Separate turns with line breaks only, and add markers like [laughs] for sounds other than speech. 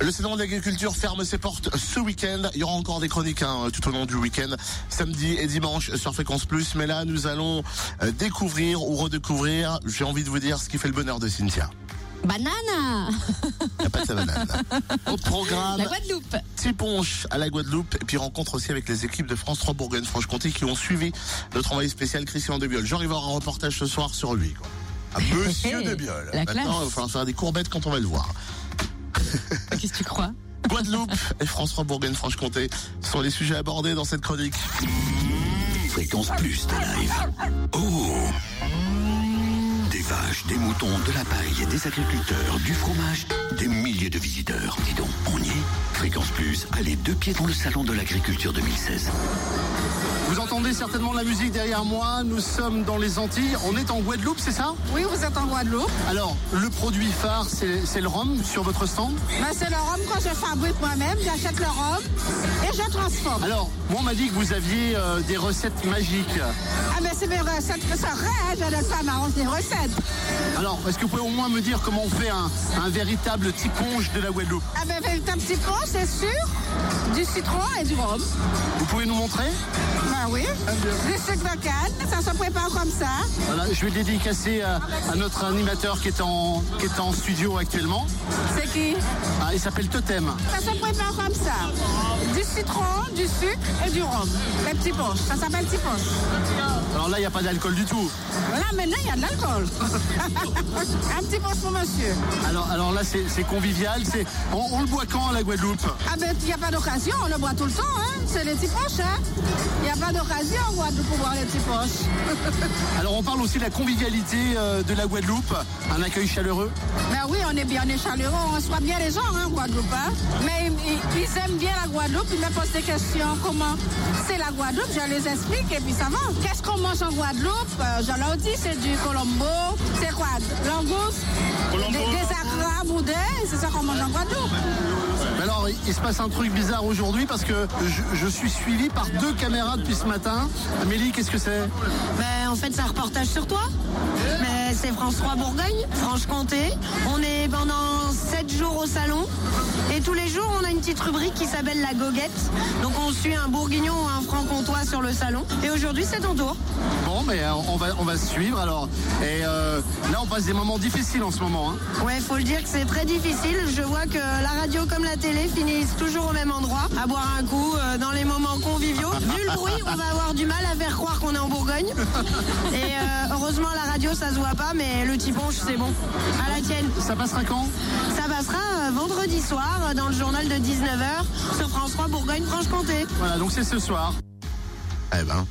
Le Salon de l'agriculture ferme ses portes ce week-end. Il y aura encore des chroniques hein, tout au long du week-end, samedi et dimanche sur Fréquence Plus. Mais là, nous allons euh, découvrir ou redécouvrir, j'ai envie de vous dire, ce qui fait le bonheur de Cynthia.
Banana
La pâte
[laughs]
à banane. Au
Ah
programme,
bah.
La Guadeloupe
petit ponche à la Guadeloupe et puis rencontre aussi avec les équipes de France 3 Bourgogne-Franche-Comté qui ont suivi notre envoyé spécial Christian Debiol. J'arrive à avoir un reportage ce soir sur lui. quoi. Ah, Monsieur
[laughs] Hey,
Debiol.
la
Maintenant,
classe.
il va falloir faire des courbettes quand on va le voir.
Ah, Qu'est-ce que tu crois
Guadeloupe et France 3 Bourgogne-Franche-Comté sont les sujets abordés dans cette chronique.
Fréquence Plus de live. Oh Des vaches, des moutons, de la paille, des agriculteurs, du fromage, des milliers de visiteurs. Dis donc, on y est Fréquence Plus a les deux pieds dans le salon de l'agriculture 2016.
Vous entendez certainement la musique derrière moi. Nous sommes dans les Antilles. On est en Guadeloupe, c'est ça
Oui, vous êtes en Guadeloupe.
Alors, le produit phare, c'est c'est le rhum sur votre stand.
Ben, c'est le rhum que je fabrique moi-même. J'achète le rhum et je transforme.
Alors, moi, on m'a dit que vous aviez euh, des recettes magiques.
Ah, mais c'est mes recettes que ça rêve. Je ne pas m'arrange des recettes.
Alors, est-ce que vous pouvez au moins me dire comment on fait un, un véritable tiponge de la Guadeloupe
Ah, ben, fait un petit pot, c'est sûr. Du citron et du rhum.
Vous pouvez nous montrer
Ben oui. Du sucre de canne. Ça se prépare comme ça.
Voilà, je vais le dédicacer à, à notre animateur qui est en, qui est en studio actuellement.
C'est qui
Ah, il s'appelle Totem.
Ça se prépare comme ça. Du citron, du sucre et du rhum. Les petits poches. Ça s'appelle petit poche.
Alors là, il n'y a pas d'alcool du tout.
Là, maintenant, il y a de l'alcool. [laughs] un petit poche pour monsieur.
Alors, alors là, c'est c'est convivial. C'est on, on le boit quand à la Guadeloupe
Ah ben, il n'y a pas d'occasion, on le boit tout le temps, hein. C'est les petits poches, hein. Il n'y a pas d'occasion, moi, de pouvoir les petits poches.
Alors, on parle aussi de la convivialité euh, de la Guadeloupe. Un accueil chaleureux.
Ben oui, on est bien, on est chaleureux, on reçoit bien les gens, hein, en Guadeloupe, hein. Mais ils, ils- ils aiment bien la Guadeloupe, ils me posent des questions, comment c'est la Guadeloupe, je les explique et puis ça va. Qu'est-ce qu'on mange en Guadeloupe Euh, Je leur dis, c'est du colombo, c'est quoi Langouste des, des acras boudins, c'est ça qu'on mange en Guadeloupe.
Mais alors, il, il se passe un truc bizarre aujourd'hui parce que je, je suis suivi par deux caméras depuis ce matin. Amélie, qu'est-ce que c'est
Ben, en fait, c'est un reportage sur toi. Mais c'est France 3 Bourgogne, Franche-Comté. On est pendant 7 jours au salon. Et tous les jours, on a une petite rubrique qui s'appelle la goguette. Donc, on suit un bourguignon ou un franc-comtois sur le salon. Et aujourd'hui, c'est ton tour.
Bon, mais euh, on va on va se suivre alors. Et euh, là, on passe des moments difficiles en ce moment. hein.
Ouais, faut le dire que c'est très difficile. Je vois que la radio comme la télé finissent toujours au même endroit, à boire un coup euh, dans les moments conviviaux. Vu le bruit, on va avoir du mal à faire croire qu'on est en Bourgogne. Et euh, heureusement, la radio, ça se voit pas, mais le tiponche, c'est bon. À la tienne.
Ça passera quand
Ça passera euh, vendredi soir euh, dans le journal de 19h sur France 3 Bourgogne-Franche-Comté.
Voilà, donc c'est ce soir. Eh ben.